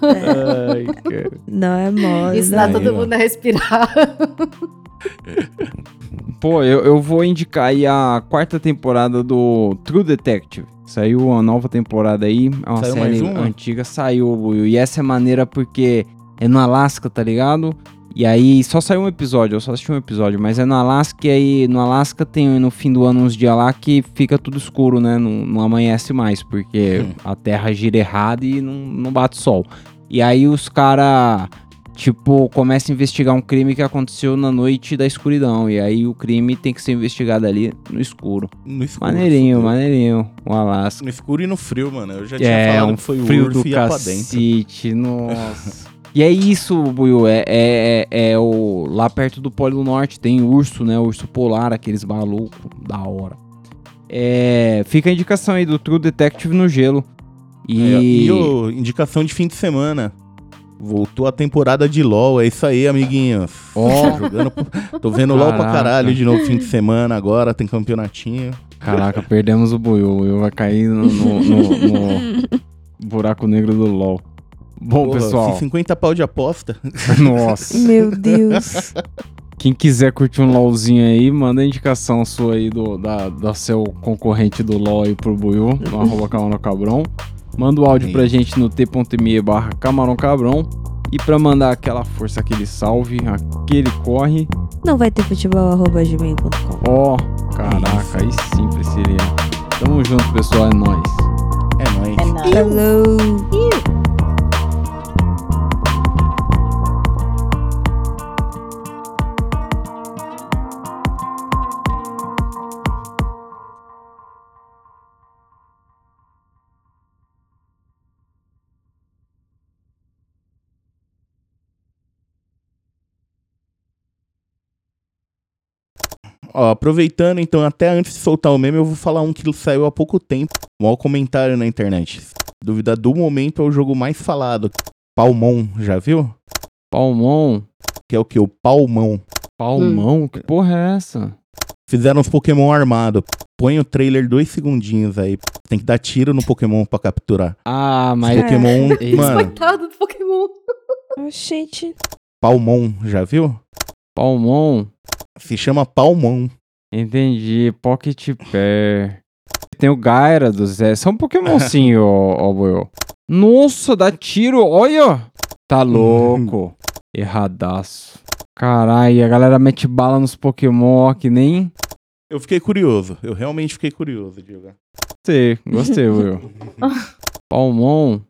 B: Ai, cara.
E: Não é mole.
C: Ensinar
E: não.
D: daí,
C: todo
D: ó.
C: mundo a respirar. *laughs*
B: Pô, eu, eu vou indicar aí a quarta temporada do True Detective. Saiu uma nova temporada aí, é uma
D: Saiu mais
B: série
D: uma?
B: antiga, saiu, Will. E essa é maneira porque é no Alasca, tá ligado? E aí só saiu um episódio, eu só assisti um episódio, mas é no Alasca e aí no Alasca tem no fim do ano uns dias lá que fica tudo escuro, né? Não, não amanhece mais, porque
D: Hum.
B: a terra gira errado e não, não bate sol. E aí os caras tipo, começa a investigar um crime que aconteceu na noite da escuridão. E aí o crime tem que ser investigado ali no escuro.
D: No escuro.
B: Maneirinho,
D: mano.
B: maneirinho. O Alasca.
D: No escuro e no frio, mano. Eu já tinha
B: É,
D: falado
B: um
D: que foi o
B: frio
D: urso
B: do
D: e ia pra dentro. tá
B: cacete. Nossa.
D: *laughs*
B: e é isso, Buiu. É, é, é, é o... Lá perto do Polo Norte tem urso, né? Urso polar, aqueles malucos. Da hora. É, fica a indicação aí do True Detective no gelo.
D: E,
B: E...
D: É, e ô, indicação de fim de semana. Voltou a temporada de LOL, é isso aí, amiguinhos.
B: Ó.
D: Jogando pro- Tô vendo LOL pra
B: Caraca.
D: caralho de novo fim de semana agora, tem campeonatinho.
B: Caraca, perdemos o Buiu. O Buiu vai cair no- no- no, no... Buraco negro do LOL. Bom,
D: Porra,
B: pessoal.
D: *laughs* se 50 pau de aposta.
B: Nossa.
E: Meu Deus.
B: Quem quiser curtir um LOLzinho aí, manda a indicação sua aí do, da, da seu concorrente do LOL aí pro Buiu, no arroba Camarão Cabrão. Manda o áudio
D: Aí.
B: pra gente no t.me barra Camarão Cabrão. E pra mandar aquela força, aquele salve, aquele corre.
E: Não vai ter futebol, arroba gmail.com.
B: Ó, caraca, aí sim, Priscilia. Tamo junto, pessoal, é nóis.
D: É nóis.
C: É nada.
E: Falou.
D: Ó, aproveitando, então, até antes de soltar o meme, eu vou falar um que saiu há pouco tempo. Mó comentário na internet. Dúvida do momento é o jogo mais falado. Palmon, já viu?
B: Palmão,
D: Que é o que? O Palmon.
B: palmão, que porra é essa?
D: Fizeram uns Pokémon armado. Põe o trailer dois segundinhos aí. Tem que dar tiro no Pokémon pra capturar.
B: Ah,
D: Os
B: mas.
D: Pokémon,
B: Eles
D: mano,
C: Coitado do Tá Pokémon.
E: Gente.
D: Palmon, já viu?
B: Palmon,
D: Se chama Palmon.
B: entendi. Pocket Pair. Tem o Gaira do Zé. um São Pokémon sim, ó, ó, Boyo. Nossa, dá tiro, olha! Tá louco. Erradaço. Caralho, a galera mete bala nos Pokémon, ó, que nem.
D: Eu fiquei curioso. Eu realmente fiquei curioso de jogar.
B: Gostei, gostei, Will. Palmon.